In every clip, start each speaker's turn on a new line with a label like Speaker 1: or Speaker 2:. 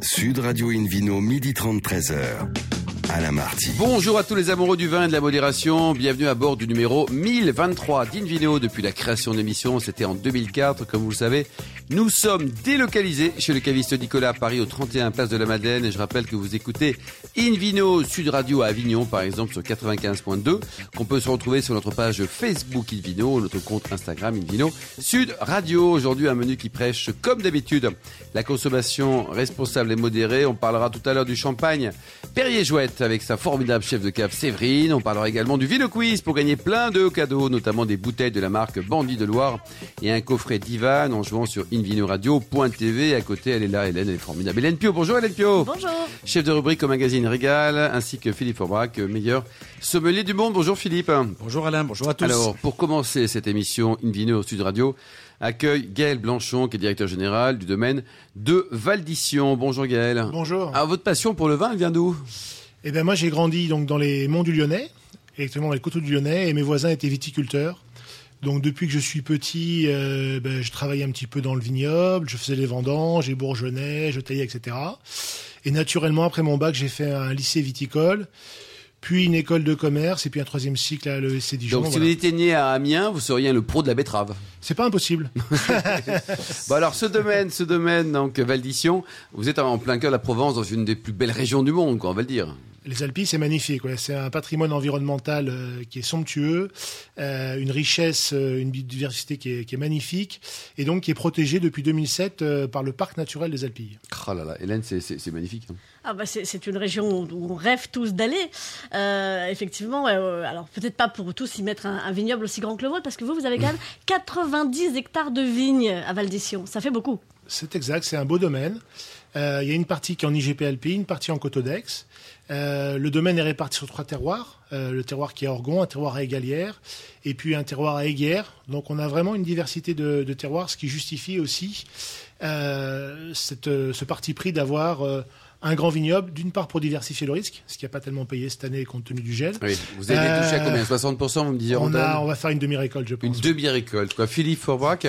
Speaker 1: Sud Radio Invino, midi 30, 13h. Alain Marty.
Speaker 2: Bonjour à tous les amoureux du vin et de la modération. Bienvenue à bord du numéro 1023 d'Invino. Depuis la création de l'émission, c'était en 2004, comme vous le savez. Nous sommes délocalisés chez le caviste Nicolas à Paris, au 31 Place de la Madeleine. Et je rappelle que vous écoutez Invino Sud Radio à Avignon, par exemple, sur 95.2. Qu'on peut se retrouver sur notre page Facebook Invino, notre compte Instagram Invino Sud Radio. Aujourd'hui, un menu qui prêche, comme d'habitude, la consommation responsable et modérée. On parlera tout à l'heure du champagne Perrier-Jouette avec sa formidable chef de cave Séverine. On parlera également du Vino Quiz pour gagner plein de cadeaux, notamment des bouteilles de la marque Bandit de Loire et un coffret d'Ivan en jouant sur invinoradio.tv. À côté, elle est là, Hélène, elle est formidable. Hélène Pio, bonjour Hélène Pio.
Speaker 3: Bonjour.
Speaker 2: Chef de rubrique au magazine Régal, ainsi que Philippe Aubrac, meilleur sommelier du monde. Bonjour Philippe.
Speaker 4: Bonjour Alain, bonjour à tous.
Speaker 2: Alors, pour commencer cette émission Invino au Sud Radio, accueille Gaël Blanchon, qui est directeur général du domaine de Valdition. Bonjour Gaël.
Speaker 5: Bonjour.
Speaker 2: Alors, votre passion pour le vin, elle vient d'où
Speaker 5: Eh ben moi j'ai grandi donc dans les monts du Lyonnais, exactement dans les coteaux du Lyonnais, et mes voisins étaient viticulteurs. Donc depuis que je suis petit, euh, ben, je travaillais un petit peu dans le vignoble, je faisais les vendanges, les bourgeonnais, je taillais, etc. Et naturellement après mon bac, j'ai fait un lycée viticole, puis une école de commerce, et puis un troisième cycle à l'ESC Dijon.
Speaker 2: Donc, si
Speaker 5: voilà.
Speaker 2: vous étiez né à Amiens, vous seriez le pro de la betterave.
Speaker 5: C'est pas impossible.
Speaker 2: Bon alors ce domaine, ce domaine donc Valdition, vous êtes en plein cœur de la Provence dans une des plus belles régions du monde, quoi, on va le dire.
Speaker 5: Les Alpilles, c'est magnifique. ouais. C'est un patrimoine environnemental euh, qui est somptueux, euh, une richesse, euh, une biodiversité qui est, qui est magnifique, et donc qui est protégée depuis 2007 euh, par le parc naturel des Alpilles.
Speaker 2: Oh là là, Hélène, c'est- c'est c'est magnifique. hein.
Speaker 3: Ah bah c'est c'est une région où où on rêve tous d'aller. Euh, effectivement, ouais, ouais, alors peut-être pas pour tous y mettre un, un vignoble aussi grand que le vôtre, parce que vous, vous avez quand même 90 hectares de vignes à Valdécion. Ça fait beaucoup.
Speaker 5: C'est exact, c'est un beau domaine. Euh, Il y a une partie qui est en IGP Alpine, une partie en Cotodex. Euh, le domaine est réparti sur trois terroirs. Euh, le terroir qui est à Orgon, un terroir à Égalière et puis un terroir à Aiguière. Donc on a vraiment une diversité de, de terroirs, ce qui justifie aussi euh, cette, euh, ce parti pris d'avoir euh, un grand vignoble, d'une part pour diversifier le risque, ce qui n'a pas tellement payé cette année compte tenu du gel.
Speaker 2: Oui. Vous avez
Speaker 5: Euh,
Speaker 2: touché à combien 60% vous me disiez
Speaker 5: On,
Speaker 2: Antoine
Speaker 5: a, on va faire une demi-récolte, je
Speaker 2: Une
Speaker 5: pense.
Speaker 2: demi-récolte. quoi. Philippe Forbach,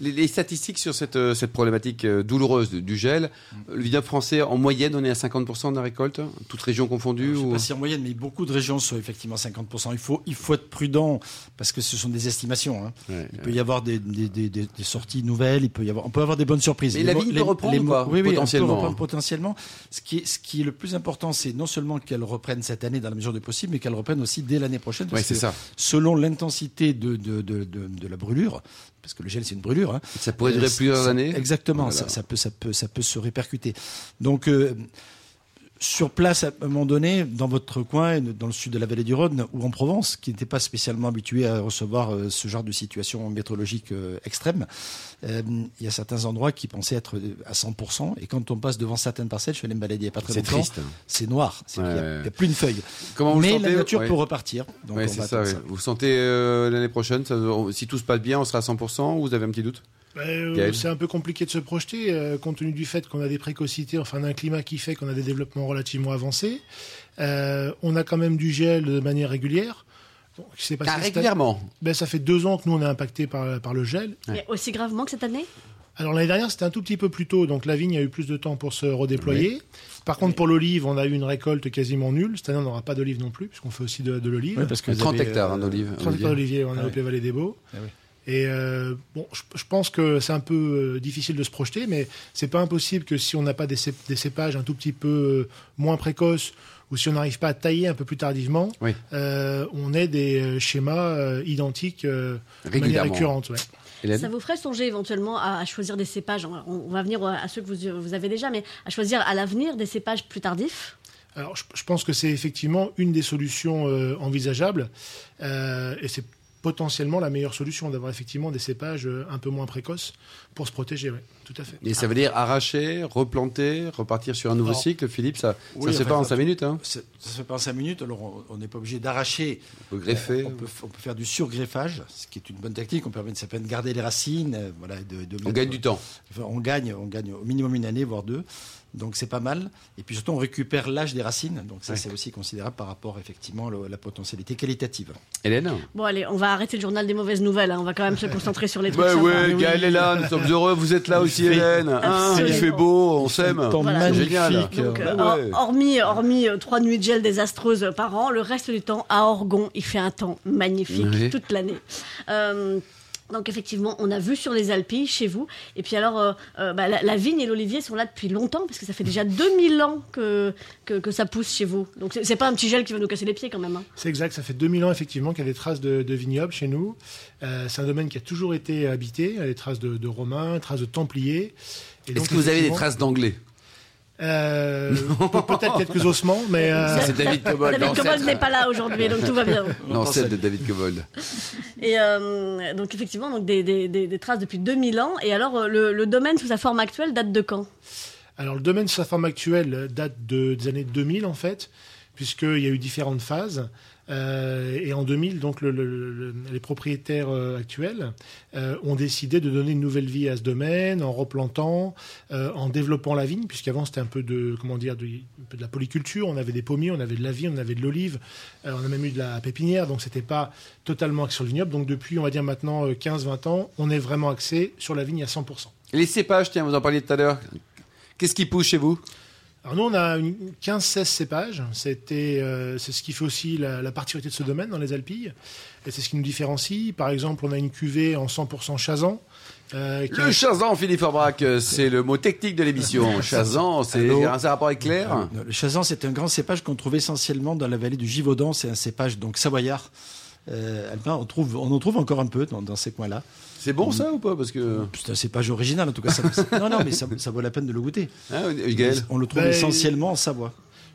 Speaker 2: les, les statistiques sur cette, euh, cette problématique euh, douloureuse du du gel, euh, le vignoble français, en moyenne, on est à 50% de la récolte, toutes régions confondues
Speaker 4: Je sais
Speaker 2: ou...
Speaker 4: pas si en moyenne, mais beaucoup de régions sont effectivement 50%. Il faut, il faut être prudent parce que ce sont des estimations. hein.
Speaker 2: Ouais.
Speaker 4: Il peut y avoir des, des- des- des- des sorties nouvelles, il peut y avoir, on peut avoir des bonnes surprises.
Speaker 2: Mais
Speaker 4: Les
Speaker 2: la
Speaker 4: mo-
Speaker 2: vigne peut
Speaker 4: les-
Speaker 2: reprendre
Speaker 4: les
Speaker 2: ou
Speaker 4: mo-
Speaker 2: pas,
Speaker 4: Oui, oui, elle peut
Speaker 2: potentiellement,
Speaker 4: reprendre
Speaker 2: hein.
Speaker 4: potentiellement. Ce qui, est, ce qui est le plus important, c'est non seulement qu'elle reprenne cette année dans la mesure du possible, mais qu'elle reprenne aussi dès l'année prochaine. parce
Speaker 2: Ouais, c'est
Speaker 4: que
Speaker 2: ça.
Speaker 4: Selon l'intensité de, de- de- de- de la brûlure, parce que le gel c'est une brûlure. hein,
Speaker 2: Ça pourrait
Speaker 4: euh,
Speaker 2: durer
Speaker 4: ça-
Speaker 2: plusieurs
Speaker 4: ça-
Speaker 2: années
Speaker 4: Exactement,
Speaker 2: Oh là là.
Speaker 4: ça, ça peut, ça, peut, ça peut se répercuter. Donc, euh, sur place, à un moment donné, dans votre coin, dans le sud de la vallée du Rhône ou en Provence, qui n'était pas spécialement habitué à recevoir euh, ce genre de situation météorologique euh, extrême, euh, il y a certains endroits qui pensaient être euh, à 100%. Et quand on passe devant certaines parcelles, je suis allé me balader il n'y a pas très
Speaker 2: C'est
Speaker 4: longtemps,
Speaker 2: triste. hein.
Speaker 4: c'est noir. C'est-
Speaker 2: Ouais,
Speaker 4: il n'y a,
Speaker 2: ouais.
Speaker 4: il y a plus une feuille.
Speaker 2: Comment vous le
Speaker 4: Mais
Speaker 2: sentez
Speaker 4: la nature
Speaker 2: Ouais.
Speaker 4: peut repartir. Donc
Speaker 2: Ouais,
Speaker 4: on
Speaker 2: c'est
Speaker 4: va
Speaker 2: ça,
Speaker 4: attendre
Speaker 2: ouais. Vous sentez euh, l'année prochaine, ça- on- si tout se passe bien, on sera à 100% ou vous avez un petit doute
Speaker 5: Bah, euh,
Speaker 2: Gaël
Speaker 5: c'est un peu compliqué de se projeter, euh, compte tenu du fait qu'on a des précocités, enfin d'un climat qui fait qu'on a des développements relativement avancés. Euh, on a quand même du gel de manière régulière. Donc, c'est passé
Speaker 2: Ah,
Speaker 5: cette-
Speaker 2: Régulièrement
Speaker 5: ben, ça fait deux ans que nous, on est impacté par, par le gel.
Speaker 3: Mais aussi gravement que cette année
Speaker 5: Alors l'année dernière, c'était un tout petit peu plus tôt, donc la vigne a eu plus de temps pour se redéployer. Par contre, pour l'olive, on a eu une récolte quasiment nulle. Cette année, on n'aura pas d'olive non plus, puisqu'on fait aussi de, de l'olive.
Speaker 4: Oui, parce que vous
Speaker 2: 30
Speaker 4: avez,
Speaker 2: hectares hein,
Speaker 4: euh,
Speaker 2: d'olives.
Speaker 5: 30 hectares d'olivier, on a
Speaker 4: Ah
Speaker 5: au Vallée des Beaux.
Speaker 4: Ah oui.
Speaker 5: Et euh, bon, je, je pense que c'est un peu euh, difficile de se projeter, mais c'est pas impossible que si on n'a pas des, cép- des cépages un tout petit peu euh, moins précoces ou si on n'arrive pas à tailler un peu plus tardivement,
Speaker 2: Oui.
Speaker 5: euh, on ait des euh, schémas euh, identiques euh, de manière
Speaker 2: Régulièrement.
Speaker 5: récurrente. ouais.
Speaker 2: Hélène
Speaker 3: Ça vous ferait songer éventuellement à, à choisir des cépages On, on va venir à ceux que vous, vous avez déjà, mais à choisir à l'avenir des cépages plus tardifs
Speaker 5: Alors, je, je pense que c'est effectivement une des solutions euh, envisageables, euh, et c'est potentiellement la meilleure solution d'avoir effectivement des cépages euh, un peu moins précoces pour se protéger. ouais, tout à fait.
Speaker 2: Et ça veut dire arracher, replanter, repartir sur un nouveau
Speaker 4: Alors,
Speaker 2: cycle, Philippe, ça
Speaker 4: oui,
Speaker 2: ne se fait
Speaker 4: enfin,
Speaker 2: pas en
Speaker 4: ça-
Speaker 2: 5 minutes, hein
Speaker 4: Ça ça se fait pas en 5 minutes, alors on- on n'est pas obligé d'arracher
Speaker 2: Faut greffer.
Speaker 4: On peut, on peut faire du surgreffage, ce qui est une bonne technique. On permet de, ça permet de garder les racines. euh, Voilà, et de, de
Speaker 2: On
Speaker 4: mettre-
Speaker 2: gagne du temps.
Speaker 4: Enfin, on gagne, on gagne au minimum une année, voire deux. Donc c'est pas mal. Et puis surtout, on récupère l'âge des racines. Donc ça,
Speaker 2: Ouais.
Speaker 4: c'est aussi considérable par rapport effectivement à la potentialité qualitative.
Speaker 2: Hélène
Speaker 3: Bon, allez, on va arrêter le journal des mauvaises nouvelles. hein. On va quand même se concentrer sur les trucs.
Speaker 2: Bah
Speaker 3: sympas.
Speaker 2: ouais,
Speaker 5: oui.
Speaker 2: Gaël est là, nous sommes heureux, vous êtes là aussi,
Speaker 4: fait-
Speaker 2: Hélène. Hein, il
Speaker 3: Absolument.
Speaker 2: fait beau, on s'aime.
Speaker 4: temps
Speaker 3: Voilà.
Speaker 2: C'est
Speaker 4: magnifique.
Speaker 2: génial.
Speaker 3: Donc, euh,
Speaker 2: Bah ouais.
Speaker 3: hor- hormis, hormis euh, trois nuits de gel désastreuses euh, par an, le reste du temps, à Orgon, il fait un temps magnifique
Speaker 2: Oui.
Speaker 3: toute l'année. Euh, donc effectivement, on a vu sur les Alpilles, chez vous. Et puis alors, euh, euh, bah, la, la vigne et l'olivier sont là depuis longtemps, parce que ça fait déjà 2000 ans que, que, que ça pousse chez vous. Donc c'est c'est pas un petit gel qui va nous casser les pieds quand même. hein.
Speaker 5: C'est exact, ça fait 2000 ans effectivement qu'il y a des traces de, de vignobles chez nous. Euh, c'est un domaine qui a toujours été habité, il y a des traces de, de Romains, des traces de Templiers. Et donc,
Speaker 2: Est-ce que vous avez des
Speaker 5: effectivement,
Speaker 2: traces d'anglais
Speaker 5: euh, peut- Peut-être quelques ossements, mais euh,
Speaker 2: Ça, Ah, C'est David Cobold.
Speaker 3: David
Speaker 2: l'ancêtre.
Speaker 3: Cobol n'est pas là aujourd'hui, donc tout va bien.
Speaker 2: L'ancêtre de David Cobold.
Speaker 3: Et euh, donc effectivement, donc des, des- des- des traces depuis 2000 ans. Et alors, euh, le, le domaine sous sa forme actuelle date de quand
Speaker 5: Alors le domaine sous sa forme actuelle date de- des années 2000 en fait, puisqu'il y a eu différentes phases. Euh, et en 2000, donc le- le- le- les propriétaires euh, actuels euh, ont décidé de donner une nouvelle vie à ce domaine en replantant, euh, en développant la vigne, puisqu'avant c'était un peu de comment dire de, un peu de la polyculture. On avait des pommiers, on avait de la vigne, on avait de l'olive, euh, on a même eu de la pépinière, donc c'était pas totalement axé sur le vignoble. Donc depuis, on va dire maintenant euh, 15-20 ans, on est vraiment axé sur la vigne à 100%.
Speaker 2: Et Les cépages, tiens, vous en parliez tout à l'heure. Qu'est-ce qui pousse chez vous
Speaker 5: Alors nous, on a une 15-16 cépages. C'était, euh, c'est ce qui fait aussi la, la particularité de ce domaine dans les Alpilles. Et c'est ce qui nous différencie. Par exemple, on a une cuvée en 100% chasan. euh, qui
Speaker 2: Le
Speaker 5: a-
Speaker 2: chazan, Philippe Fabrac, euh, c'est le mot technique de l'émission. Chazan, c'est
Speaker 4: Allô
Speaker 2: un rapport avec Claire
Speaker 4: Euh, Le Chazan, c'est un grand cépage qu'on trouve essentiellement dans la vallée du Givaudan. C'est un cépage donc savoyard. Euh, alpin, on, trouve, on en trouve encore un peu dans, dans ces coins-là.
Speaker 2: C'est bon ça ou pas Parce que.
Speaker 4: C'est un cépage original, en tout cas. ça- ça- non, non, mais ça, ça vaut la peine de le goûter.
Speaker 2: Hein, Gaël
Speaker 4: On le trouve
Speaker 5: Ben,
Speaker 4: essentiellement en Savoie.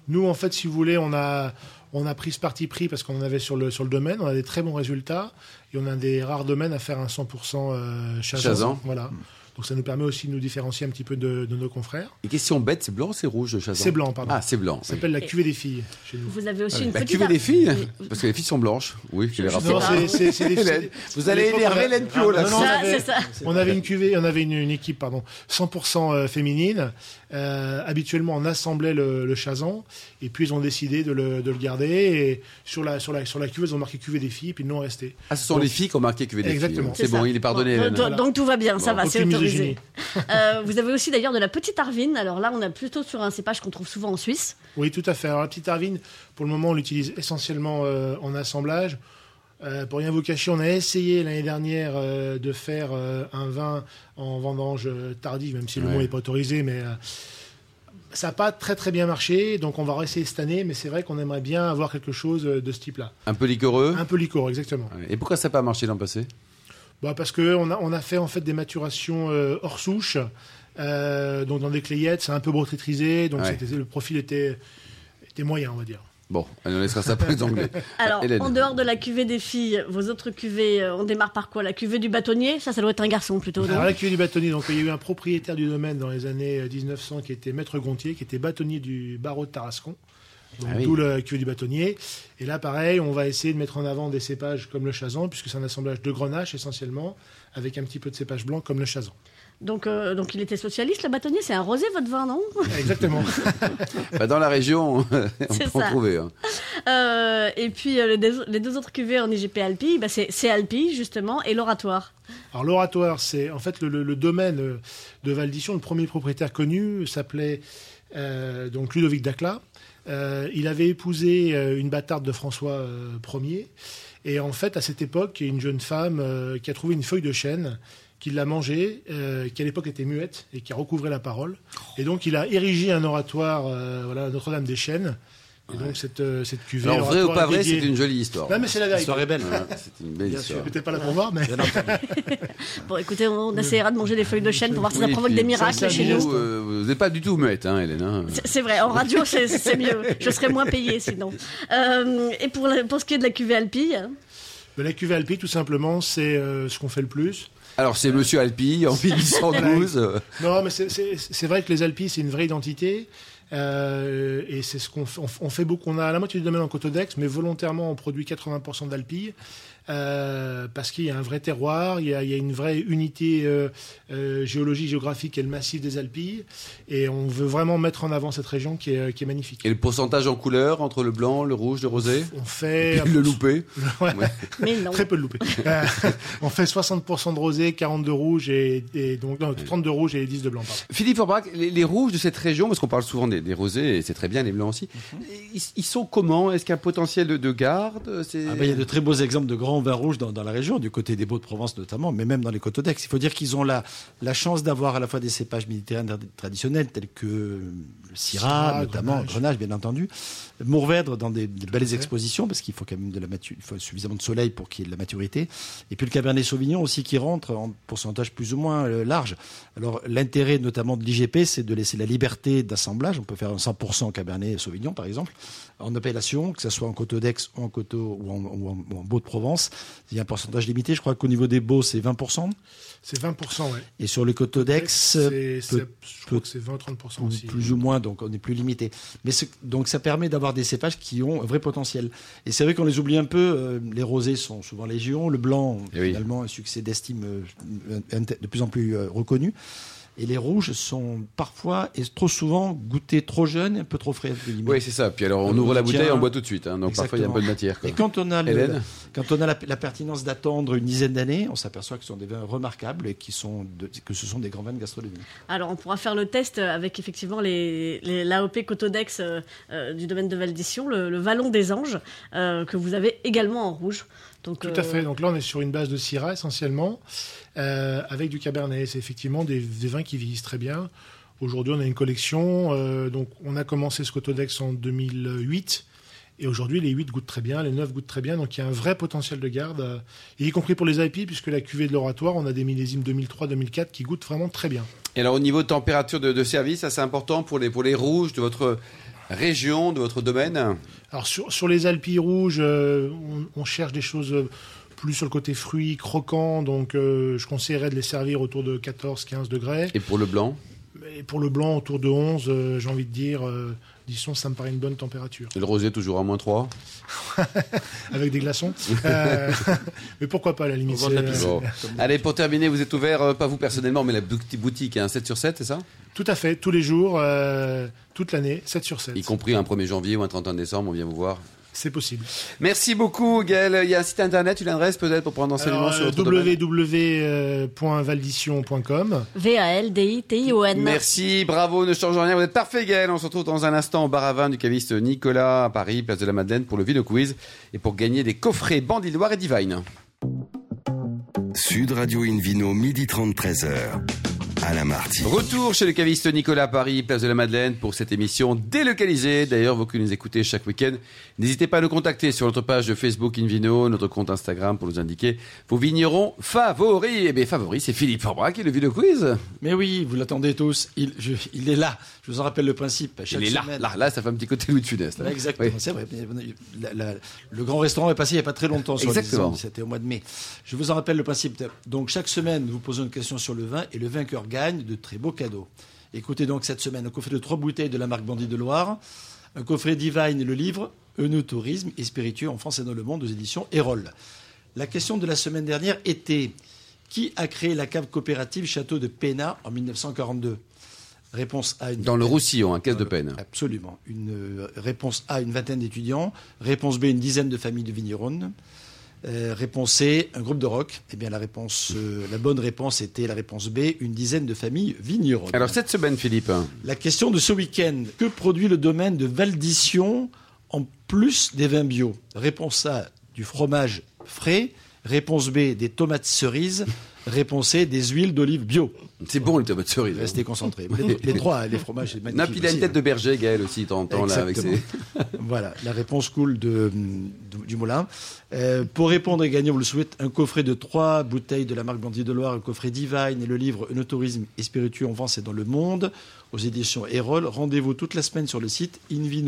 Speaker 5: Nous, en fait, si vous voulez, on a, on a pris ce parti pris parce qu'on en avait sur le, sur le domaine. On a des très bons résultats. Et on a un des rares domaines à faire un 100% euh, chasan.
Speaker 2: Chazan.
Speaker 5: Voilà. Donc ça nous permet aussi de nous différencier un petit peu de, de nos confrères.
Speaker 2: Et question bête, c'est blanc ou c'est rouge le chazan
Speaker 5: C'est blanc, pardon.
Speaker 2: Ah, c'est blanc.
Speaker 5: Ça s'appelle la cuvée des filles chez nous.
Speaker 3: Vous avez aussi une
Speaker 2: Bah,
Speaker 3: petite...
Speaker 2: cuvée des filles
Speaker 3: Oui.
Speaker 2: Parce que les filles sont blanches. Oui, c'est les
Speaker 3: je
Speaker 5: Non,
Speaker 2: rapports.
Speaker 3: sais pas.
Speaker 5: c'est- c'est- c'est des-
Speaker 2: Hélène,
Speaker 5: c'est-
Speaker 2: vous allez
Speaker 5: à l'époque,
Speaker 2: énerver
Speaker 5: on a-
Speaker 2: Hélène Pio, là.
Speaker 5: Ah, non, non, on
Speaker 3: Ça,
Speaker 5: avait-
Speaker 3: c'est ça.
Speaker 5: On avait une cuvée, on avait une, une équipe pardon, 100% euh, féminine. Euh, habituellement, on assemblait le, le chazan, et puis ils ont décidé de le, de le garder. Et sur la sur la sur la cuvée, ils ont marqué cuvée des filles, puis ils l'ont resté.
Speaker 2: Ah, ce sont les filles qui ont marqué cuvée des filles.
Speaker 5: Exactement.
Speaker 2: C'est
Speaker 3: ça.
Speaker 2: bon, il est pardonné,
Speaker 3: Donc,
Speaker 2: Hélène.
Speaker 3: donc- donc tout va bien, ça va, c'est
Speaker 5: aucune
Speaker 3: autorisé.
Speaker 5: misogynie.
Speaker 3: Euh, vous avez aussi d'ailleurs de la petite arvine. Alors là, on a plutôt sur un cépage qu'on trouve souvent en Suisse.
Speaker 5: Oui, tout à fait. Alors la petite arvine, pour le moment, on l'utilise essentiellement euh, en assemblage. Euh, pour rien vous cacher, on a essayé l'année dernière euh, de faire euh, un vin en vendange euh, tardive, même si le
Speaker 2: Ouais.
Speaker 5: mot n'est pas autorisé, mais euh, ça n'a pas très très bien marché, donc on va réessayer cette année, mais c'est vrai qu'on aimerait bien avoir quelque chose euh, de ce type-là.
Speaker 2: Un peu liquoreux.
Speaker 5: Un peu liquoreux, exactement.
Speaker 2: Ouais. Et pourquoi ça n'a pas marché l'an passé
Speaker 5: Bah, parce que on a, on a fait en fait des maturations euh, hors souche, euh, donc dans des clayettes, c'est un peu brotrétrisé, donc
Speaker 2: Ouais.
Speaker 5: c'était- le profil était, était moyen, on va dire.
Speaker 2: Bon, allez, on laissera ça pour les Anglais.
Speaker 3: Alors,
Speaker 2: Ah, Hélène.
Speaker 3: en dehors de la cuvée des filles, vos autres cuvées, euh, on démarre par quoi La cuvée du bâtonnier Ça, ça doit être un garçon plutôt. non
Speaker 5: Alors la cuvée du bâtonnier, donc il y a eu un propriétaire du domaine dans les années euh, 1900 qui était maître Gontier, qui était bâtonnier du barreau de Tarascon. Donc,
Speaker 2: Ah oui.
Speaker 5: D'où la cuvée du bâtonnier. Et là, pareil, on va essayer de mettre en avant des cépages comme le chazan, puisque c'est un assemblage de grenache essentiellement, avec un petit peu de cépage blanc comme le chazan.
Speaker 3: donc, euh, donc, il était socialiste, le bâtonnier C'est un rosé, votre vin, non
Speaker 5: Exactement.
Speaker 2: Bah, dans la région, on peut
Speaker 3: C'est
Speaker 2: en
Speaker 3: ça.
Speaker 2: trouver. hein.
Speaker 3: Euh, Et puis, euh, les deux- les deux autres cuvées en IGP Alpi, bah, c'est c'est Alpi, justement, et l'oratoire.
Speaker 5: Alors l'oratoire, c'est en fait le, le- le domaine euh, de Valdition. Le premier propriétaire connu s'appelait euh, donc Ludovic Dacla. Euh, il avait épousé euh, une bâtarde de François euh, Ier. Et en fait, à cette époque, une jeune femme euh, qui a trouvé une feuille de chêne, qui l'a mangée, euh, qui à l'époque était muette et qui a recouvré la parole. Et donc, il a érigé un oratoire, euh, voilà, à Notre-Dame des Chênes. Et donc, cette, euh, cette cuvée.
Speaker 2: Alors, vrai ou
Speaker 5: l'oratoire
Speaker 2: pas
Speaker 5: est
Speaker 2: vrai,
Speaker 5: dédié-
Speaker 2: c'est une jolie histoire.
Speaker 5: Non, mais c'est la
Speaker 4: La
Speaker 5: vérité.
Speaker 4: soirée est belle.
Speaker 2: Ouais, c'est une belle
Speaker 4: Bien
Speaker 2: histoire.
Speaker 5: Peut-être pas là pour voir, mais.
Speaker 4: Bien entendu.
Speaker 3: Bon, écoutez, on, on essaiera de manger des feuilles de chêne pour voir si ça
Speaker 2: Oui,
Speaker 3: provoque
Speaker 2: puis
Speaker 3: des
Speaker 2: ça,
Speaker 3: miracles
Speaker 2: ça,
Speaker 3: chez
Speaker 2: vous,
Speaker 3: nous.
Speaker 2: euh, vous n'êtes pas du tout muette, hein, Hélène. hein.
Speaker 3: C'est- C'est vrai, en radio c'est- c'est mieux, je serais moins payée sinon. Euh, et pour, la- pour ce qui est de la cuvée Alpi, hein,
Speaker 5: Ben, la cuvée Alpi, tout simplement, c'est euh, ce qu'on fait le plus.
Speaker 2: Alors, c'est Monsieur Alpi en 1812.
Speaker 5: Non, mais c'est- c'est c'est vrai que les Alpis, c'est une vraie identité. Euh, et c'est ce qu'on fait. On, on fait beaucoup. On a la moitié du domaine en Côte d'Aix, mais volontairement, on produit 80% d'alpilles. Euh, parce qu'il y a un vrai terroir, il y a, il y a une vraie unité euh, euh, géologie, géographique et le massif des Alpilles. Et on veut vraiment mettre en avant cette région qui est, euh, qui est magnifique.
Speaker 2: Et le pourcentage en couleur entre le blanc, le rouge, le rosé
Speaker 5: On fait.
Speaker 2: Le loupé
Speaker 5: Ouais.
Speaker 2: Ouais.
Speaker 3: Mais non.
Speaker 5: Très peu de loupé. Euh, on fait 60% de rosé, 40 de rouge et, et donc non, 30 de rouge et 10 de blanc. pardon.
Speaker 2: Philippe Forbach, les, les rouges de cette région, parce qu'on parle souvent des, des rosés, et c'est très bien, les blancs aussi,
Speaker 4: Mhm.
Speaker 2: ils, ils sont comment Est-ce qu'il y a un potentiel de, de garde C'est-
Speaker 4: Ah ben, il y a de très beaux exemples de grands vins rouges dans, dans la région, du côté des Beaux-de-Provence notamment, mais même dans les côtes d'Aix. Il faut dire qu'ils ont la, la chance d'avoir à la fois des cépages méditerranéens traditionnels tels que le Syrah,
Speaker 5: Syrah,
Speaker 4: notamment
Speaker 5: Grenache.
Speaker 4: Grenache. bien entendu, Mourvèdre dans des, des belles expositions parce qu'il faut quand même de la matu- il faut suffisamment de soleil pour qu'il y ait de la maturité, et puis le Cabernet Sauvignon aussi qui rentre en pourcentage plus ou moins euh, large. Alors l'intérêt notamment de l'IGP, c'est de laisser la liberté d'assemblage. On peut faire un 100% Cabernet Sauvignon par exemple en appellation, que ce soit en Coteau d'Aix ou en Coteau ou en, ou en- ou en Beau-de-Provence. Il y a un pourcentage limité. Je crois qu'au niveau des Beaux, c'est 20%.
Speaker 5: C'est 20%, ouais.
Speaker 4: Et sur le Coteau d'Aix,
Speaker 5: C'est- c'est- Je crois
Speaker 4: euh, peut-
Speaker 5: que c'est 20-30%
Speaker 4: on est
Speaker 5: aussi.
Speaker 4: plus ou moins, donc on est plus limité. Mais ce- donc ça permet d'avoir des cépages qui ont un vrai potentiel. Et c'est vrai qu'on les oublie un peu. euh, les rosés sont souvent légion. Le blanc,
Speaker 2: Eh oui.
Speaker 4: finalement, un succès d'estime euh, un- un- de plus en plus euh, reconnu. Et les rouges sont parfois et trop souvent goûtés trop jeunes, et un peu trop frais. entre guillemets.
Speaker 2: Oui, c'est ça. Puis alors, on
Speaker 4: On
Speaker 2: ouvre la
Speaker 4: tient-
Speaker 2: bouteille, on boit tout de suite. hein. Donc parfois, il y a un peu de matière. quoi.
Speaker 4: Et quand on a, le-
Speaker 2: Hélène
Speaker 4: quand on a la, la pertinence d'attendre une dizaine d'années, on s'aperçoit que ce sont des vins remarquables et qui sont de- que ce sont des grands vins de gastronomie.
Speaker 3: Alors, on pourra faire le test avec effectivement les, les- l'AOP Cotodex euh, euh, du domaine de Valdition, le, le Vallon des Anges, euh, que vous avez également en rouge. Donc,
Speaker 5: Tout
Speaker 3: euh,
Speaker 5: à fait. Donc là, on est sur une base de Syrah essentiellement, euh, avec du Cabernet. C'est effectivement des, des vins qui vieillissent très bien. Aujourd'hui, on a une collection. euh, donc, on a commencé ce Coteau d'Aix en 2008. Et aujourd'hui, les 8 goûtent très bien, les 9 goûtent très bien. Donc, il y a un vrai potentiel de garde, euh, et y compris pour les IP, puisque la cuvée de l'oratoire, on a des millésimes 2003-2004 qui goûtent vraiment très bien.
Speaker 2: Et alors, au niveau de température de, de service, ça c'est important pour les, pour les rouges de votre région, de votre domaine
Speaker 5: Alors sur, sur les Alpilles rouges, euh, on, on cherche des choses euh, plus sur le côté fruits, croquants, donc euh, je conseillerais de les servir autour de 14-15 degrés.
Speaker 2: Et pour le blanc
Speaker 5: Et pour le blanc, autour de 11, euh, j'ai envie de dire, euh, disons, ça me paraît une bonne température.
Speaker 2: Et le rosé, toujours à moins 3
Speaker 5: Avec des glaçons. Euh, mais pourquoi pas, à la limite.
Speaker 4: bord de la
Speaker 5: c'est- euh,
Speaker 4: piscine.
Speaker 2: Bon. Allez, pour terminer, vous êtes ouvert, euh, pas vous personnellement, mais la bouti- boutique, hein, 7 sur 7, c'est ça
Speaker 5: Tout à fait, tous les jours, euh, toute l'année, 7 sur 7.
Speaker 2: Y compris un 1er janvier ou un 31 décembre, on vient vous voir.
Speaker 5: C'est possible.
Speaker 2: Merci beaucoup, Gaël. Il y a un site internet, une adresse peut-être pour prendre enseignement
Speaker 5: Alors,
Speaker 2: sur
Speaker 5: euh,
Speaker 2: votre domaine
Speaker 5: www.valdition.com.
Speaker 3: V-A-L-D-I-T-I-O-N.
Speaker 2: Merci, bravo, ne change rien, vous êtes parfait Gaël. On se retrouve dans un instant au bar à vin du caviste Nicolas à Paris, place de la Madeleine pour le Vino Quiz et pour gagner des coffrets Bandit Loire et Divine.
Speaker 1: Sud Radio Invino, midi 30, 13h. À la Marty.
Speaker 2: Retour chez le caviste Nicolas à Paris, place de la Madeleine pour cette émission délocalisée. D'ailleurs, vous qui nous écoutez chaque week-end, n'hésitez pas à nous contacter sur notre page de Facebook Invino, notre compte Instagram pour nous indiquer vos vignerons favoris. Et bien favoris, c'est Philippe Forbrac et le Vino Quiz.
Speaker 4: Mais oui, vous l'attendez tous. Il, je- il est là. Je vous en rappelle le principe. Chaque
Speaker 2: Il est là,
Speaker 4: semaine-
Speaker 2: là, là, ça fait un petit côté Louis de Funès. là.
Speaker 4: Là, exactement,
Speaker 2: Oui.
Speaker 4: c'est vrai. La- la- le grand restaurant est passé il n'y a pas très longtemps sur
Speaker 2: Exactement.
Speaker 4: les ondes, c'était au mois de mai. Je vous en rappelle le principe. Donc chaque semaine, nous vous posons une question sur le vin et le vainqueur gagne de très beaux cadeaux. Écoutez donc cette semaine un coffret de trois bouteilles de la marque Bandit de Loire, un coffret Divine et le livre Œnotourisme et spiritueux en France et dans le monde aux éditions Erol. La question de la semaine dernière était qui a créé la cave coopérative Château de Pénat en 1942 Réponse A. une
Speaker 2: Dans le
Speaker 4: vingtaine.
Speaker 2: Roussillon, un caisse de
Speaker 4: Ah,
Speaker 2: peine.
Speaker 4: Absolument. Une euh, réponse A, une vingtaine d'étudiants. Réponse B, une dizaine de familles de vignerons. Euh, réponse C, un groupe de rock. Eh bien, la réponse, euh, la bonne réponse était la réponse B, une dizaine de familles vignerons.
Speaker 2: Alors cette semaine, Philippe, hein,
Speaker 4: la question de ce week-end que produit le domaine de Valdition en plus des vins bio Réponse A, du fromage frais. Réponse B, des tomates cerises. Réponse C, des huiles d'olive bio.
Speaker 2: c'est bon le tomate cerise.
Speaker 4: Restez concentrés. Les, les trois, hein, les fromages, c'est
Speaker 2: Non,
Speaker 4: magnifique
Speaker 2: puis il a une
Speaker 4: aussi,
Speaker 2: tête
Speaker 4: hein.
Speaker 2: de berger, Gaël aussi, de temps en temps, là, avec ses...
Speaker 4: Exactement. voilà, la réponse cool de, de- du Moulin. Euh, pour répondre et gagner, on vous le souhaite, un coffret de trois bouteilles de la marque Bandit de Loire, un coffret Divine et le livre Un tourisme et spiritueux en France et dans le monde, aux éditions Erol. Rendez-vous toute la semaine sur le site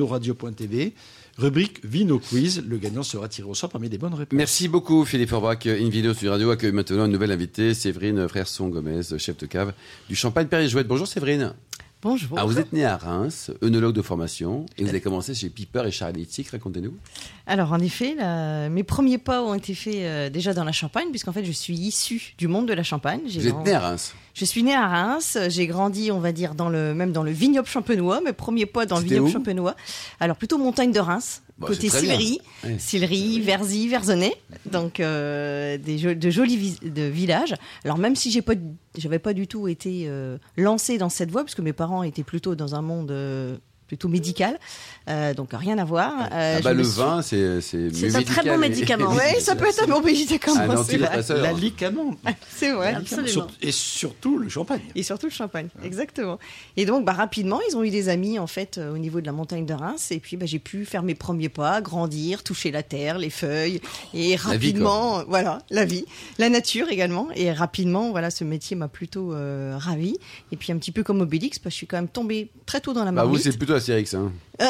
Speaker 4: invinoradio.tv. Rubrique Vino Quiz. Le gagnant sera tiré au sort parmi les bonnes réponses.
Speaker 2: Merci beaucoup Philippe Forbach. Une vidéo sur Radio accueille maintenant une nouvelle invitée, Séverine Frère-Son Gomez, chef de cave du Champagne Paris Jouette. Bonjour Séverine.
Speaker 6: Bonjour.
Speaker 2: Alors, Ah, vous êtes né à Reims, œnologue de formation, et vous avez commencé chez Piper et Charlie Tick, racontez-nous.
Speaker 6: Alors, en effet, là, mes premiers pas ont été faits euh, déjà dans la Champagne, puisqu'en fait, je suis issue du monde de la Champagne. J'ai
Speaker 2: Vous êtes
Speaker 6: grand-
Speaker 2: né à Reims.
Speaker 6: Je suis née à Reims. J'ai grandi, on va dire, dans le, même dans le vignoble champenois. Mes premiers pas dans le
Speaker 2: C'était
Speaker 6: vignoble
Speaker 2: où
Speaker 6: champenois. Alors, plutôt montagne de Reims,
Speaker 2: Bah,
Speaker 6: côté
Speaker 2: c'est très bien.
Speaker 6: Sillery.
Speaker 2: Ouais.
Speaker 6: Sillery, Verzy, Verzonnet. Donc, euh, des, jo- de jolis vis- de villages. Alors, même si j'ai pas, j'avais pas du tout été euh, lancée dans cette voie, puisque mes parents étaient plutôt dans un monde euh, plutôt médical. Euh, donc, rien à voir. Euh,
Speaker 2: Ah
Speaker 6: je
Speaker 2: bah,
Speaker 6: me
Speaker 2: le
Speaker 6: suis-
Speaker 2: vin, c'est c'est
Speaker 3: C'est
Speaker 2: mieux
Speaker 3: un très bon
Speaker 2: médical et-
Speaker 3: médicament.
Speaker 2: et-
Speaker 6: Ouais, ça peut être un bon BJT comme
Speaker 2: Un
Speaker 6: c'est vrai.
Speaker 2: antidépresseur.
Speaker 4: La Licanon.
Speaker 6: Bah, C'est vrai.
Speaker 3: Absolument.
Speaker 4: Sur- Et surtout le champagne.
Speaker 6: Et surtout le champagne, exactement. Et donc, bah, rapidement, ils ont eu des amis, en fait, euh, au niveau de la montagne de Reims. Et puis, bah, j'ai pu faire mes premiers pas, grandir, toucher la terre, les feuilles. Et
Speaker 2: La vie, quoi.
Speaker 6: rapidement, euh, voilà, la vie, la nature également. Et rapidement, voilà, ce métier m'a plutôt euh, ravi. Et puis, un petit peu comme Obélix, parce que je suis quand même tombée très tôt dans la
Speaker 2: Bah, vous,
Speaker 6: marmite.
Speaker 2: c'est plutôt Astérix. Hein.
Speaker 3: Euh,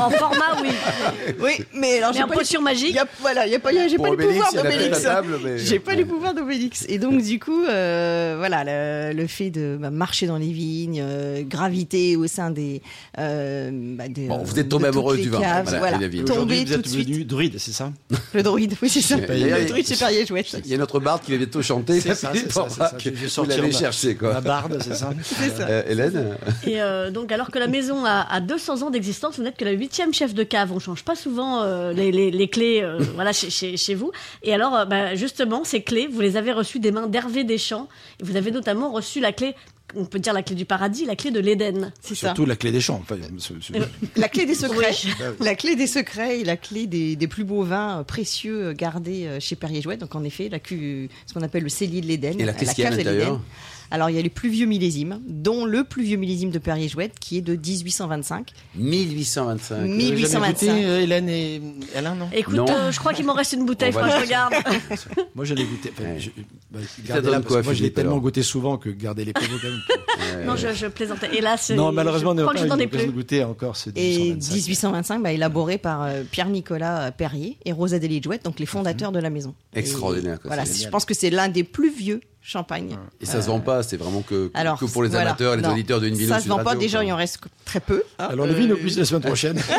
Speaker 3: en format, oui.
Speaker 6: oui, mais alors,
Speaker 3: Mais
Speaker 6: j'ai
Speaker 3: en
Speaker 6: pas eu-
Speaker 3: potion magique.
Speaker 6: il y a- voilà, il y a pas, il y a- j'ai
Speaker 2: Pour
Speaker 6: pas le
Speaker 2: Obélix,
Speaker 6: pouvoir
Speaker 2: il y en a plein
Speaker 6: d'Obélix.
Speaker 2: à table, mais-
Speaker 6: J'ai pas le pouvoir d'Obélix. Et donc, du coup, euh, voilà, le, le fait de bah, marcher dans les vignes, euh, graviter au sein des. euh, bah, des,
Speaker 2: Bon,
Speaker 6: euh,
Speaker 2: vous êtes tombé
Speaker 6: de toutes
Speaker 2: amoureux
Speaker 6: les
Speaker 2: du vin,
Speaker 6: caves,
Speaker 2: voilà,
Speaker 6: Voilà,
Speaker 2: et la vigne.
Speaker 4: Et
Speaker 6: Tombé
Speaker 4: aujourd'hui, vous
Speaker 6: tout de
Speaker 4: êtes
Speaker 6: suite.
Speaker 4: venu druide, c'est ça
Speaker 6: Le druide, oui, c'est ça.
Speaker 2: D'ailleurs,
Speaker 6: Le druide, c'est Pierre Jouette.
Speaker 2: Il y a notre barde qui va bientôt chanter.
Speaker 4: C'est ça, c'est ça, c'est ça. Je vais
Speaker 2: ah, Vous
Speaker 4: sortir
Speaker 2: l'avez
Speaker 4: ma-
Speaker 2: cherché,
Speaker 4: La
Speaker 2: quoi.
Speaker 4: barde, c'est ça
Speaker 6: Ah, bah, C'est ça.
Speaker 2: Euh, Hélène
Speaker 3: Et euh, donc, alors que la maison a, a 200 ans d'existence, vous n'êtes que la huitième chef de cave. On change pas souvent euh, les, les- les clés euh, voilà, chez, chez- chez vous. Et alors, euh, bah, justement, ces clés, vous les avez reçues des mains d'Hervé Deschamps. Et vous avez notamment reçu la clé, on peut dire la clé du paradis, la clé de l'Éden.
Speaker 6: C'est ça.
Speaker 4: Surtout la clé des champs. Enfin, ce-
Speaker 3: Euh,
Speaker 4: ce-
Speaker 6: La clé des secrets.
Speaker 3: Oui.
Speaker 4: Ah
Speaker 6: La clé des secrets et la clé des, des plus beaux vins euh, précieux euh, gardés euh, chez Perrier Jouet. Donc en effet, la cu- ce qu'on appelle le cellier de l'Éden.
Speaker 2: Et la- qu'est-ce qu'il y a à
Speaker 6: cave de
Speaker 2: l'intérieur
Speaker 6: l'Éden. Alors il y a les plus vieux millésimes, dont le plus vieux millésime de Perrier Jouet qui est de 1825.
Speaker 2: 1825.
Speaker 4: Vous
Speaker 6: Mi-
Speaker 4: avez jamais
Speaker 6: 1825.
Speaker 4: goûté, euh, Hélène et Alain, non
Speaker 3: Écoute,
Speaker 2: Non.
Speaker 3: euh, je crois qu'il m'en reste une bouteille,
Speaker 2: On va
Speaker 3: faudra que
Speaker 2: le-
Speaker 3: je regarde.
Speaker 4: Moi, j'en ai goûté. Enfin,
Speaker 2: Ouais.
Speaker 4: je- bah,
Speaker 2: donne
Speaker 4: gardez-la, parce
Speaker 2: quoi,
Speaker 4: que moi, je l'ai
Speaker 2: Philippe,
Speaker 4: tellement
Speaker 2: alors
Speaker 4: goûté souvent que garder les pédos quand même.
Speaker 3: Non, je, je plaisantais. Hélas,
Speaker 4: non,
Speaker 3: je-
Speaker 4: malheureusement, on
Speaker 3: je
Speaker 4: n'a
Speaker 3: crois que
Speaker 4: pas
Speaker 3: je
Speaker 4: eu
Speaker 3: n'en ai
Speaker 4: l'occasion de
Speaker 3: plus.
Speaker 4: goûter encore ce 1825.
Speaker 6: Et 1825, bah, élaboré par euh, Pierre-Nicolas Perrier et Rosa Deli Jouet, donc les fondateurs de la maison.
Speaker 2: Mhm. Extraordinaire, quoi,
Speaker 6: Et Voilà,
Speaker 2: c'est
Speaker 6: je
Speaker 4: génial.
Speaker 6: pense que c'est l'un des plus vieux champagnes.
Speaker 2: Et ça se vend pas, c'est vraiment que,
Speaker 6: Alors,
Speaker 2: que pour les
Speaker 6: voilà,
Speaker 2: amateurs, les
Speaker 6: non,
Speaker 2: auditeurs de une
Speaker 6: Ça se vend pas, déjà il en reste très peu.
Speaker 2: Ah.
Speaker 6: hein.
Speaker 4: Alors, le
Speaker 6: Euh,
Speaker 4: vin au plus la semaine prochaine.
Speaker 3: Ah,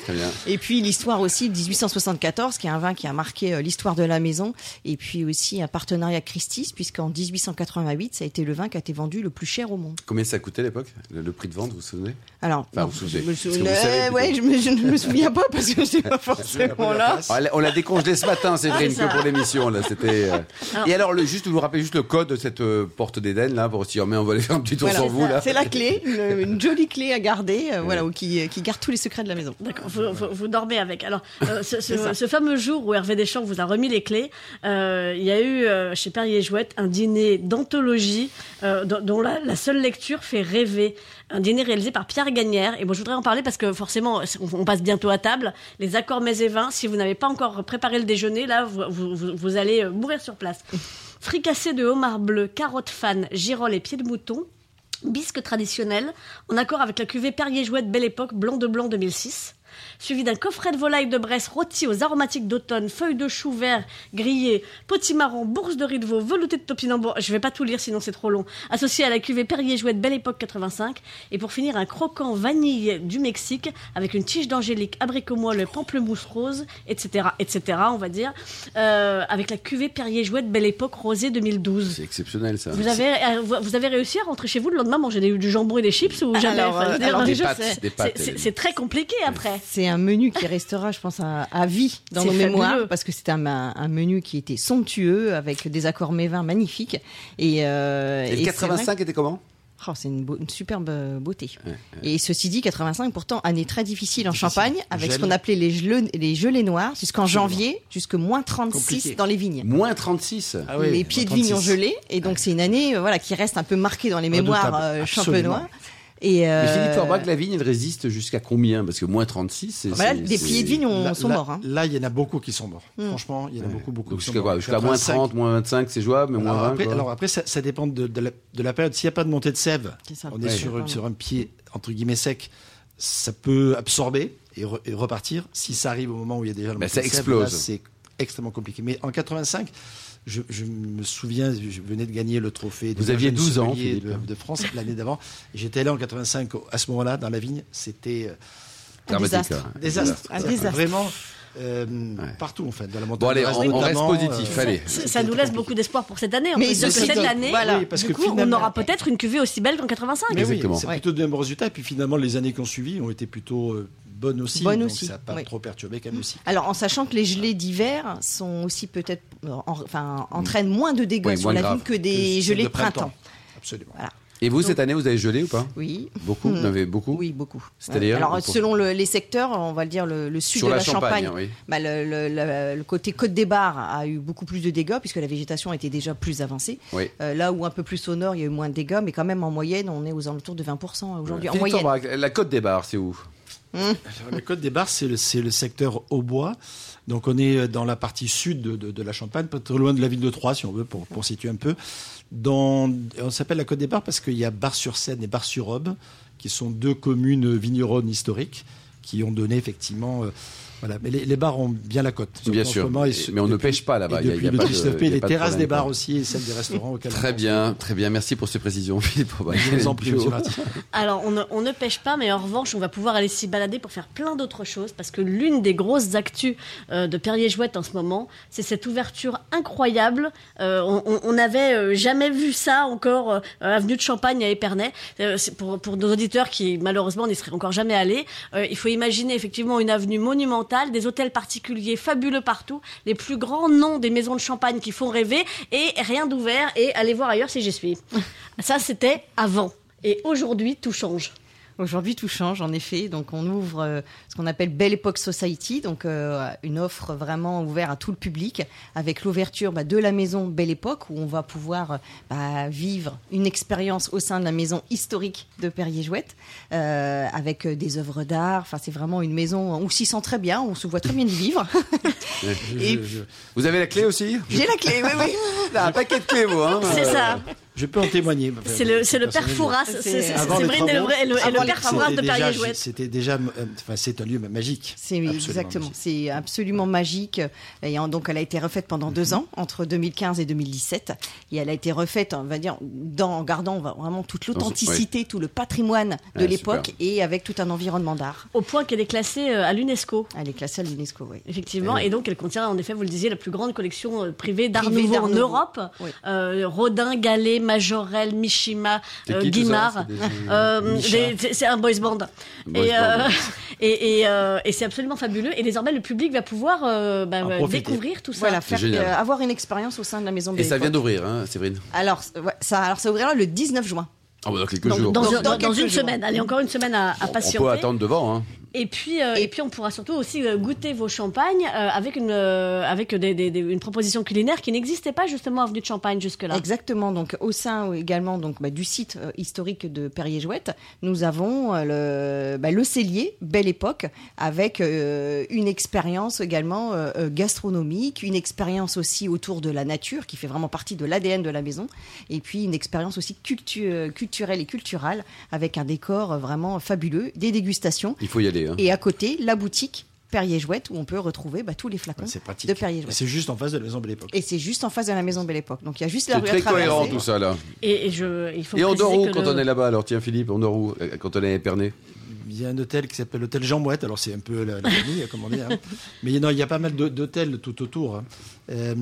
Speaker 2: Très bien.
Speaker 6: Et puis l'histoire aussi de 1874, qui est un vin qui a marqué euh, l'histoire de la maison, et puis aussi un partenariat Christie's, puisqu'en 1888, ça a été le vin qui a été vendu le plus cher au monde.
Speaker 2: Combien ça coûtait à l'époque le, le prix de vente, vous vous souvenez
Speaker 6: Alors,
Speaker 2: Enfin,
Speaker 6: non,
Speaker 2: vous vous souvenez,
Speaker 6: je me
Speaker 2: parce que vous
Speaker 6: souvenais-
Speaker 2: savez plutôt.
Speaker 6: ouais, je, me, je ne me souviens pas parce que je n'étais pas forcément là.
Speaker 2: Ah, elle- On l'a décongelé ce
Speaker 6: Ah,
Speaker 2: matin, Séverine,
Speaker 3: c'est ça.
Speaker 2: que pour l'émission. Là, c'était. euh, Et alors, le, juste, vous vous rappelez juste le code de cette euh, porte d'Éden là, pour si mais on va aller faire un petit tour
Speaker 6: Voilà,
Speaker 2: sans vous là.
Speaker 6: c'est la clé, une, une jolie clé à garder, euh, voilà, ou qui, qui garde tous les secrets de la maison.
Speaker 3: D'accord, vous, vous- vous dormez avec. Alors, euh, ce, ce-
Speaker 6: C'est ça.
Speaker 3: ce fameux jour où Hervé Deschamps vous a remis les clés, euh, il y a eu euh, chez Perrier Jouette un dîner d'anthologie euh, dont- dont la, la seule lecture fait rêver. Un dîner réalisé par Pierre Gagnère. Et bon, je voudrais en parler parce que forcément, c'est- on, on passe bientôt à table. Les accords mets et vins, si vous n'avez pas encore préparé le déjeuner, là, vous, vous- vous- vous allez euh, mourir sur place. Fricassé de homard bleu, carottes fanes, girolles et pieds de mouton, Bisque traditionnel, en accord avec la cuvée Perrier Jouette Belle Époque Blanc de Blanc 2006, suivi d'un coffret de volaille de Bresse rôti aux aromatiques d'automne, feuilles de chou vert grillées, potimarron, bourse de riz de veau, velouté de topinambour. Je vais pas tout lire sinon c'est trop long. Associé à la cuvée Perrier Jouette Belle Époque 85, et pour finir un croquant vanille du Mexique avec une tige d'angélique, abricot moelle, pamplemousse rose, etc., etc. On va dire euh, avec la cuvée Perrier Jouette Belle Époque Rosée 2012.
Speaker 2: C'est exceptionnel ça.
Speaker 3: Vous avez, euh, vous vous avez réussi à rentrer chez vous le lendemain manger des- du jambon et des chips ou jamais
Speaker 6: Alors,
Speaker 3: Enfin,
Speaker 6: euh,
Speaker 3: je veux
Speaker 6: alors
Speaker 2: des
Speaker 3: je
Speaker 2: pâtes,
Speaker 3: sais.
Speaker 2: des pâtes,
Speaker 3: C'est- c'est-
Speaker 2: euh,
Speaker 3: C'est très compliqué après.
Speaker 6: C'est un menu qui restera, je pense, à, à vie dans
Speaker 3: C'est
Speaker 6: nos mémoires,
Speaker 3: fabuleux.
Speaker 6: parce que c'est un, un menu qui était somptueux, avec des accords mévins magnifiques. Et, euh,
Speaker 2: Et, le
Speaker 6: et c'est vrai
Speaker 2: 85 était comment
Speaker 6: Oh, c'est une, beau- une superbe euh, beauté. Et ceci dit, 85, pourtant, année très difficile en Champagne, avec ce
Speaker 4: Gel.
Speaker 6: qu'on appelait les, geleux- les gelées noires, jusqu'en janvier, jusqu'au moins 36
Speaker 4: Compliqué.
Speaker 6: dans les vignes.
Speaker 2: Moins 36.
Speaker 4: Ah oui,
Speaker 6: les pieds de vigne ont
Speaker 4: 36.
Speaker 6: gelé, et donc c'est une année euh, voilà, qui reste un peu marquée dans les mémoires
Speaker 4: Redoutable,
Speaker 6: euh,
Speaker 4: absolument.
Speaker 6: champenois. Et, euh,
Speaker 2: Mais Philippe Forbach, la vigne, elle résiste jusqu'à combien Parce que moins 36, c'est.
Speaker 6: voilà,
Speaker 2: c'est-
Speaker 6: Bah des
Speaker 2: c'est-
Speaker 6: pieds de vigne ont-
Speaker 4: Là-
Speaker 6: sont
Speaker 4: là-
Speaker 6: morts. hein.
Speaker 4: Là, il y en a beaucoup qui sont morts.
Speaker 3: Hmm.
Speaker 4: Franchement, il y en a beaucoup, beaucoup.
Speaker 2: Donc
Speaker 4: qui sont
Speaker 2: jusqu'à quoi
Speaker 4: morts.
Speaker 2: Jusqu'à moins
Speaker 4: 85,
Speaker 2: 30, moins 25, c'est jouable, mais moins
Speaker 4: Alors
Speaker 2: 20.
Speaker 4: après,
Speaker 2: quoi.
Speaker 4: alors après, ça, ça dépend de, de la, de la période. S'il n'y a pas de montée de sève,
Speaker 6: C'est ça,
Speaker 4: on
Speaker 6: ouais.
Speaker 4: est sur,
Speaker 6: Pardon.
Speaker 4: sur un pied entre guillemets sec, ça peut absorber et, re- et repartir. Si ça arrive au moment où il y a déjà la
Speaker 2: Ben,
Speaker 4: montée
Speaker 2: ça
Speaker 4: de sève,
Speaker 2: explose.
Speaker 4: là, c'est extrêmement compliqué. Mais en 85, je, je me souviens, je venais de gagner le trophée. de
Speaker 2: Vous aviez
Speaker 4: jeune
Speaker 2: 12 ans,
Speaker 4: sommelier
Speaker 2: Philippe.
Speaker 4: de, de France l'année d'avant. J'étais là en 85 à ce moment-là dans la vigne. C'était euh,
Speaker 2: Dramatique.
Speaker 6: désastre.
Speaker 2: hein.
Speaker 4: désastre,
Speaker 6: Un désastre.
Speaker 4: vraiment euh, partout en fait, dans la montagne.
Speaker 2: allez,
Speaker 4: de Reste
Speaker 2: on- on reste
Speaker 4: notamment,
Speaker 2: positif, allez.
Speaker 3: euh, Ça, ça nous laisse beaucoup d'espoir pour cette année. On
Speaker 6: Mais
Speaker 3: peut se dire
Speaker 6: ils
Speaker 3: que
Speaker 6: se
Speaker 3: cette
Speaker 6: donnent-
Speaker 3: année,
Speaker 6: voilà,
Speaker 3: du
Speaker 4: parce que
Speaker 3: coup, on
Speaker 4: finalement-
Speaker 3: aura peut-être une cuvée aussi belle qu'en 85.
Speaker 4: Mais oui,
Speaker 2: Exactement.
Speaker 4: c'est plutôt de bons résultats. Et puis finalement, les années qui ont suivi ont été plutôt euh, bonnes aussi.
Speaker 6: Bonnes
Speaker 4: donc
Speaker 6: aussi,
Speaker 4: Ça n'a pas
Speaker 6: oui.
Speaker 4: trop perturbé quand même aussi.
Speaker 6: Alors, en sachant que les gelées d'hiver sont aussi peut-être, en- enfin, entraînent moins de dégâts
Speaker 2: Oui,
Speaker 6: sur
Speaker 2: moins
Speaker 6: la
Speaker 2: grave
Speaker 6: vigne que des
Speaker 4: Le
Speaker 6: gelées
Speaker 4: de
Speaker 6: de printemps.
Speaker 4: Absolument.
Speaker 6: Voilà.
Speaker 2: Et vous, cette année, vous avez gelé ou pas
Speaker 6: Oui.
Speaker 2: Beaucoup Vous en avez beaucoup
Speaker 6: Hmm. Oui, beaucoup.
Speaker 2: C'est-à-dire,
Speaker 6: Alors,
Speaker 2: vous pensez-
Speaker 6: selon le- les secteurs, on va le dire, le, le sud
Speaker 2: Sur
Speaker 6: de
Speaker 2: la
Speaker 6: la,
Speaker 2: Champagne,
Speaker 6: Champagne,
Speaker 2: oui.
Speaker 6: bah, le, le- le- le côté côte des Bars a eu beaucoup plus de dégâts puisque la végétation était déjà plus avancée.
Speaker 2: Oui.
Speaker 6: Euh, là où un peu plus au nord, il y a eu moins de dégâts, mais quand même en moyenne, on est aux alentours de 20% aujourd'hui. En
Speaker 2: Philippe
Speaker 6: moyenne.
Speaker 2: Torbrac, la côte des bars, c'est où
Speaker 4: Alors, La Côte des Bars, c'est le, c'est le secteur au bois. Donc, on est euh, dans la partie sud de, de- de la Champagne, pas très loin de la ville de Troyes, si on veut, pour, pour situer un peu. Dans, on s'appelle la Côte des Bars parce qu'il y a Bar-sur-Seine et Bar-sur-Aube, qui sont deux communes vigneronnes historiques, qui ont donné effectivement. euh, voilà. Mais les, les bars ont bien la côte.
Speaker 2: Bien
Speaker 4: Surtout en
Speaker 2: sûr.
Speaker 4: ce moment, et ce-
Speaker 2: Mais on ne
Speaker 4: depuis-
Speaker 2: pêche pas là-bas.
Speaker 4: et
Speaker 2: Il y a- il y
Speaker 4: depuis
Speaker 2: a
Speaker 4: le
Speaker 2: pas de-
Speaker 4: Triste
Speaker 2: il y
Speaker 4: P,
Speaker 2: a
Speaker 4: les
Speaker 2: pas de
Speaker 4: terrasses des
Speaker 2: problème, quoi.
Speaker 4: bars aussi et celles des restaurants auxquels on
Speaker 2: Très
Speaker 4: pense.
Speaker 2: bien, très bien. Merci pour ces précisions, Philippe. Torbrac.
Speaker 4: Je vous en prie, monsieur Martin.
Speaker 3: Alors, on ne, on ne pêche pas, mais en revanche, on va pouvoir aller s'y balader pour faire plein d'autres choses, parce que l'une des grosses actus euh, de Perrier Jouette en ce moment, c'est cette ouverture incroyable. Euh, on- on on n'avait euh, jamais vu ça encore, euh, avenue de Champagne à Épernay. Euh, c'est pour, pour nos auditeurs qui, malheureusement, n'y seraient encore jamais allés, euh, il faut imaginer effectivement une avenue monumentale, des hôtels particuliers fabuleux partout, les plus grands noms des maisons de champagne qui font rêver, et rien d'ouvert, et allez voir ailleurs si j'y suis. Ça, c'était avant. Et aujourd'hui, tout change.
Speaker 6: Aujourd'hui, tout change en effet. Donc, on ouvre euh, ce qu'on appelle Belle Époque Society, donc euh, une offre vraiment ouverte à tout le public, avec l'ouverture bah, de la maison Belle Époque, où on va pouvoir euh, bah, vivre une expérience au sein de la maison historique de Perrier-Jouette, euh, avec euh, des œuvres d'art. Enfin, c'est vraiment une maison où on s'y sent très bien, on se voit très bien y vivre.
Speaker 4: Je-
Speaker 6: Et-
Speaker 4: je- je-
Speaker 2: Vous avez la clé aussi
Speaker 6: J'ai la clé, oui, oui.
Speaker 2: Un paquet de clés, vous. Hein
Speaker 3: C'est ça.
Speaker 4: Je peux en témoigner.
Speaker 3: C'est le, c'est le père
Speaker 4: Personnellement.
Speaker 3: Fouras. C'est c'est- c'est
Speaker 4: Avant les
Speaker 3: Séverine et le,
Speaker 4: travaux,
Speaker 3: vrai- et le- et le
Speaker 6: avant les
Speaker 3: père
Speaker 6: travaux,
Speaker 3: Fouras de
Speaker 4: C'était déjà-
Speaker 3: Perrier-Jouette.
Speaker 4: C'était déjà, euh, enfin, c'est un lieu magique.
Speaker 6: C'est
Speaker 4: Absolument
Speaker 6: exactement,
Speaker 4: magique.
Speaker 6: c'est absolument magique. Et en- donc, elle a été refaite pendant
Speaker 4: Mhm.
Speaker 6: deux ans, entre 2015 et 2017. Et elle a été refaite, on va dire, dans, en gardant on va- vraiment toute l'authenticité, tout le patrimoine de
Speaker 2: Ouais,
Speaker 6: l'époque et avec tout un environnement d'art.
Speaker 3: Au point qu'elle est classée euh, à l'UNESCO.
Speaker 6: Elle est classée à l'UNESCO, oui.
Speaker 3: Effectivement, et donc elle contient en effet, vous le disiez, la plus grande collection euh, privée d'art
Speaker 6: Privée
Speaker 3: nouveau
Speaker 6: d'art
Speaker 3: en
Speaker 6: nouveau.
Speaker 3: Europe.
Speaker 6: Oui.
Speaker 3: Euh, Rodin, Gallet, Majorel, Mishima,
Speaker 2: C'est
Speaker 3: euh,
Speaker 2: qui, tout ça
Speaker 3: Guimard.
Speaker 2: C'est des-
Speaker 3: Euh,
Speaker 4: Micha.
Speaker 3: des- c'est- c'est un boys band.
Speaker 2: Boys
Speaker 3: et euh,
Speaker 2: band.
Speaker 3: et, et, euh, et c'est absolument fabuleux. Et désormais, le public va pouvoir euh, bah,
Speaker 4: En
Speaker 3: euh,
Speaker 4: profiter.
Speaker 3: découvrir tout ça.
Speaker 6: Voilà,
Speaker 2: C'est
Speaker 6: faire,
Speaker 2: génial.
Speaker 6: euh, avoir une expérience au sein de la maison
Speaker 2: Et ça vient
Speaker 6: Belle Époque.
Speaker 2: d'ouvrir, hein, Séverine
Speaker 6: Alors, c- ouais, ça, alors, ça ouvrira le 19 juin.
Speaker 2: Ah bah, Dans quelques
Speaker 3: Dans,
Speaker 2: jours.
Speaker 3: dans-
Speaker 6: Dans-
Speaker 3: dans-
Speaker 6: dans
Speaker 3: dans
Speaker 6: quelques
Speaker 3: une
Speaker 6: jours.
Speaker 3: semaine. Allez, encore une semaine à,
Speaker 2: on
Speaker 3: à patienter.
Speaker 2: peut attendre devant. Hein.
Speaker 3: Et puis, euh, et puis, on pourra surtout aussi euh, goûter vos champagnes euh, avec une euh, avec des- des- des- une proposition culinaire qui n'existait pas justement avenue de Champagne jusque-là.
Speaker 6: Exactement. Donc, au sein euh, également donc, bah, du site euh, historique de Perrier-Jouette, nous avons euh, le, bah, le cellier Belle Époque avec euh, une expérience également euh, euh, gastronomique, une expérience aussi autour de la nature qui fait vraiment partie de l'ADN de la maison, et puis une expérience aussi cultu- euh, culturelle et culturelle avec un décor euh, vraiment fabuleux, des dégustations,
Speaker 2: Il faut y aller. hein.
Speaker 6: et à côté, la boutique Perrier-Jouette où on peut retrouver bah, tous les flacons
Speaker 4: Ouais, C'est pratique.
Speaker 6: de Perrier-Jouette.
Speaker 4: C'est juste en face de la maison Belle Époque.
Speaker 6: Et c'est juste en face de la maison Belle Époque. Donc il y a juste la
Speaker 2: C'est
Speaker 6: rue à
Speaker 2: très cohérent
Speaker 6: traverser.
Speaker 2: tout ça là.
Speaker 3: Et, et je, il faut
Speaker 2: Et on
Speaker 3: préciser
Speaker 2: dort où
Speaker 3: que
Speaker 2: quand
Speaker 3: le-
Speaker 2: on est là-bas alors Tiens Philippe, on dort où euh, quand on est à Épernay
Speaker 4: Il y a un hôtel qui s'appelle l'hôtel Jean Mouette. Alors, c'est un peu la, la famille, comme on dit. hein. Mais non, il y a pas mal d'hô- d'hôtels tout autour, hein. Euh,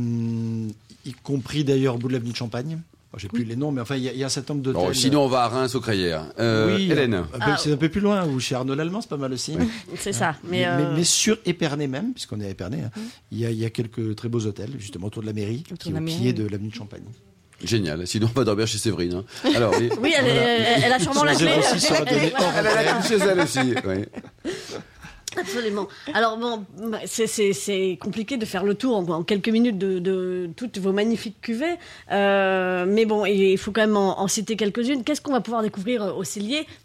Speaker 4: y compris d'ailleurs au bout de l'avenue de Champagne. Alors, J'ai plus les noms, mais enfin, il y, a- il y a un certain nombre
Speaker 2: Bon,
Speaker 4: d'hôtels.
Speaker 2: Sinon on va à Reims au Crayères. Euh,
Speaker 4: oui,
Speaker 2: Hélène
Speaker 4: un peu-
Speaker 3: Ah,
Speaker 4: C'est
Speaker 3: oh.
Speaker 4: un peu plus loin, ou chez Arnaud Lallemand, c'est pas mal aussi.
Speaker 3: C'est ça. Mais,
Speaker 4: Mais,
Speaker 3: euh,
Speaker 4: mais- mais sur Épernay même, puisqu'on est à Épernay, hein, il, y a, il y a quelques très beaux hôtels, justement autour de la mairie, qui
Speaker 6: de
Speaker 4: est
Speaker 6: la
Speaker 4: au
Speaker 6: mairie,
Speaker 4: pied
Speaker 6: oui.
Speaker 4: de l'avenue de Champagne.
Speaker 2: Génial. Sinon on va dormir chez Séverine. hein. Alors, oui.
Speaker 3: oui, elle, elle- elle a sûrement la clé. Ah, bah,
Speaker 4: 06 sera donné hors
Speaker 2: Elle a la clé chez elle aussi. oui.
Speaker 3: Absolument. Alors bon, bah, c'est- c'est c'est compliqué de faire le tour en, en quelques minutes de, de toutes vos magnifiques cuvées, Euh, mais bon, il faut quand même en, en citer quelques-unes. Qu'est-ce qu'on va pouvoir découvrir euh, au Cellier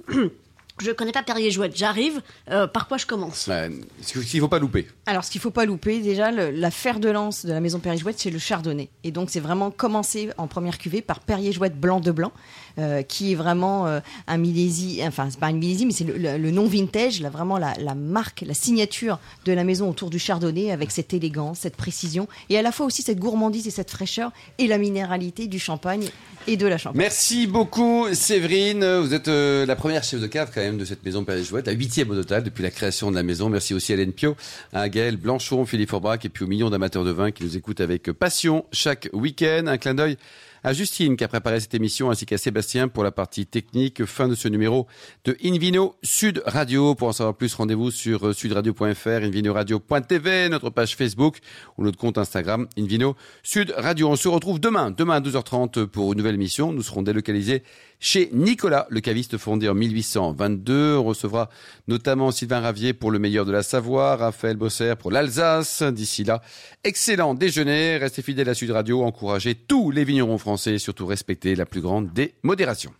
Speaker 3: je connais pas Perrier-Jouët, j'arrive, euh, par quoi je commence
Speaker 2: Ouais, ce qu'il ne faut pas louper.
Speaker 6: Alors, ce qu'il faut pas louper, déjà, le- la fer de lance de la maison Perrier-Jouët, c'est le chardonnay. Et donc, c'est vraiment commencé en première cuvée par Perrier-Jouët blanc de blanc, euh, qui est vraiment euh, un millésime, enfin, c'est pas un millésime, mais c'est le, le- le nom vintage, là, vraiment la, la marque, la signature de la maison autour du chardonnay, avec cette élégance, cette précision, et à la fois aussi cette gourmandise et cette fraîcheur, et la minéralité du champagne et de la champagne.
Speaker 2: Merci beaucoup, Séverine. Vous êtes euh, la première chef de cave, quand même, de cette maison Perrier-Jouët, la huitième au total depuis la création de la maison. Merci aussi à Hélène Pio, à Gaël Blanchon, Philippe Forbach et puis aux millions d'amateurs de vin qui nous écoutent avec passion chaque week-end. Un clin d'œil à Justine qui a préparé cette émission ainsi qu'à Sébastien pour la partie technique. Fin de ce numéro de Invino Sud Radio. Pour en savoir plus, rendez-vous sur euh, sudradio.fr, invinoradio.tv, notre page Facebook ou notre compte Instagram Invino Sud Radio. On se retrouve demain, demain à 12h30 pour une nouvelle émission. Nous serons délocalisés chez Nicolas, le caviste fondé en 1822. On recevra notamment Sylvain Ravier pour le meilleur de la Savoie, Raphaël Bosser pour l'Alsace. D'ici là, excellent déjeuner. Restez fidèles à Sud Radio. Encouragez tous les vignerons français et surtout respectez la plus grande des modérations.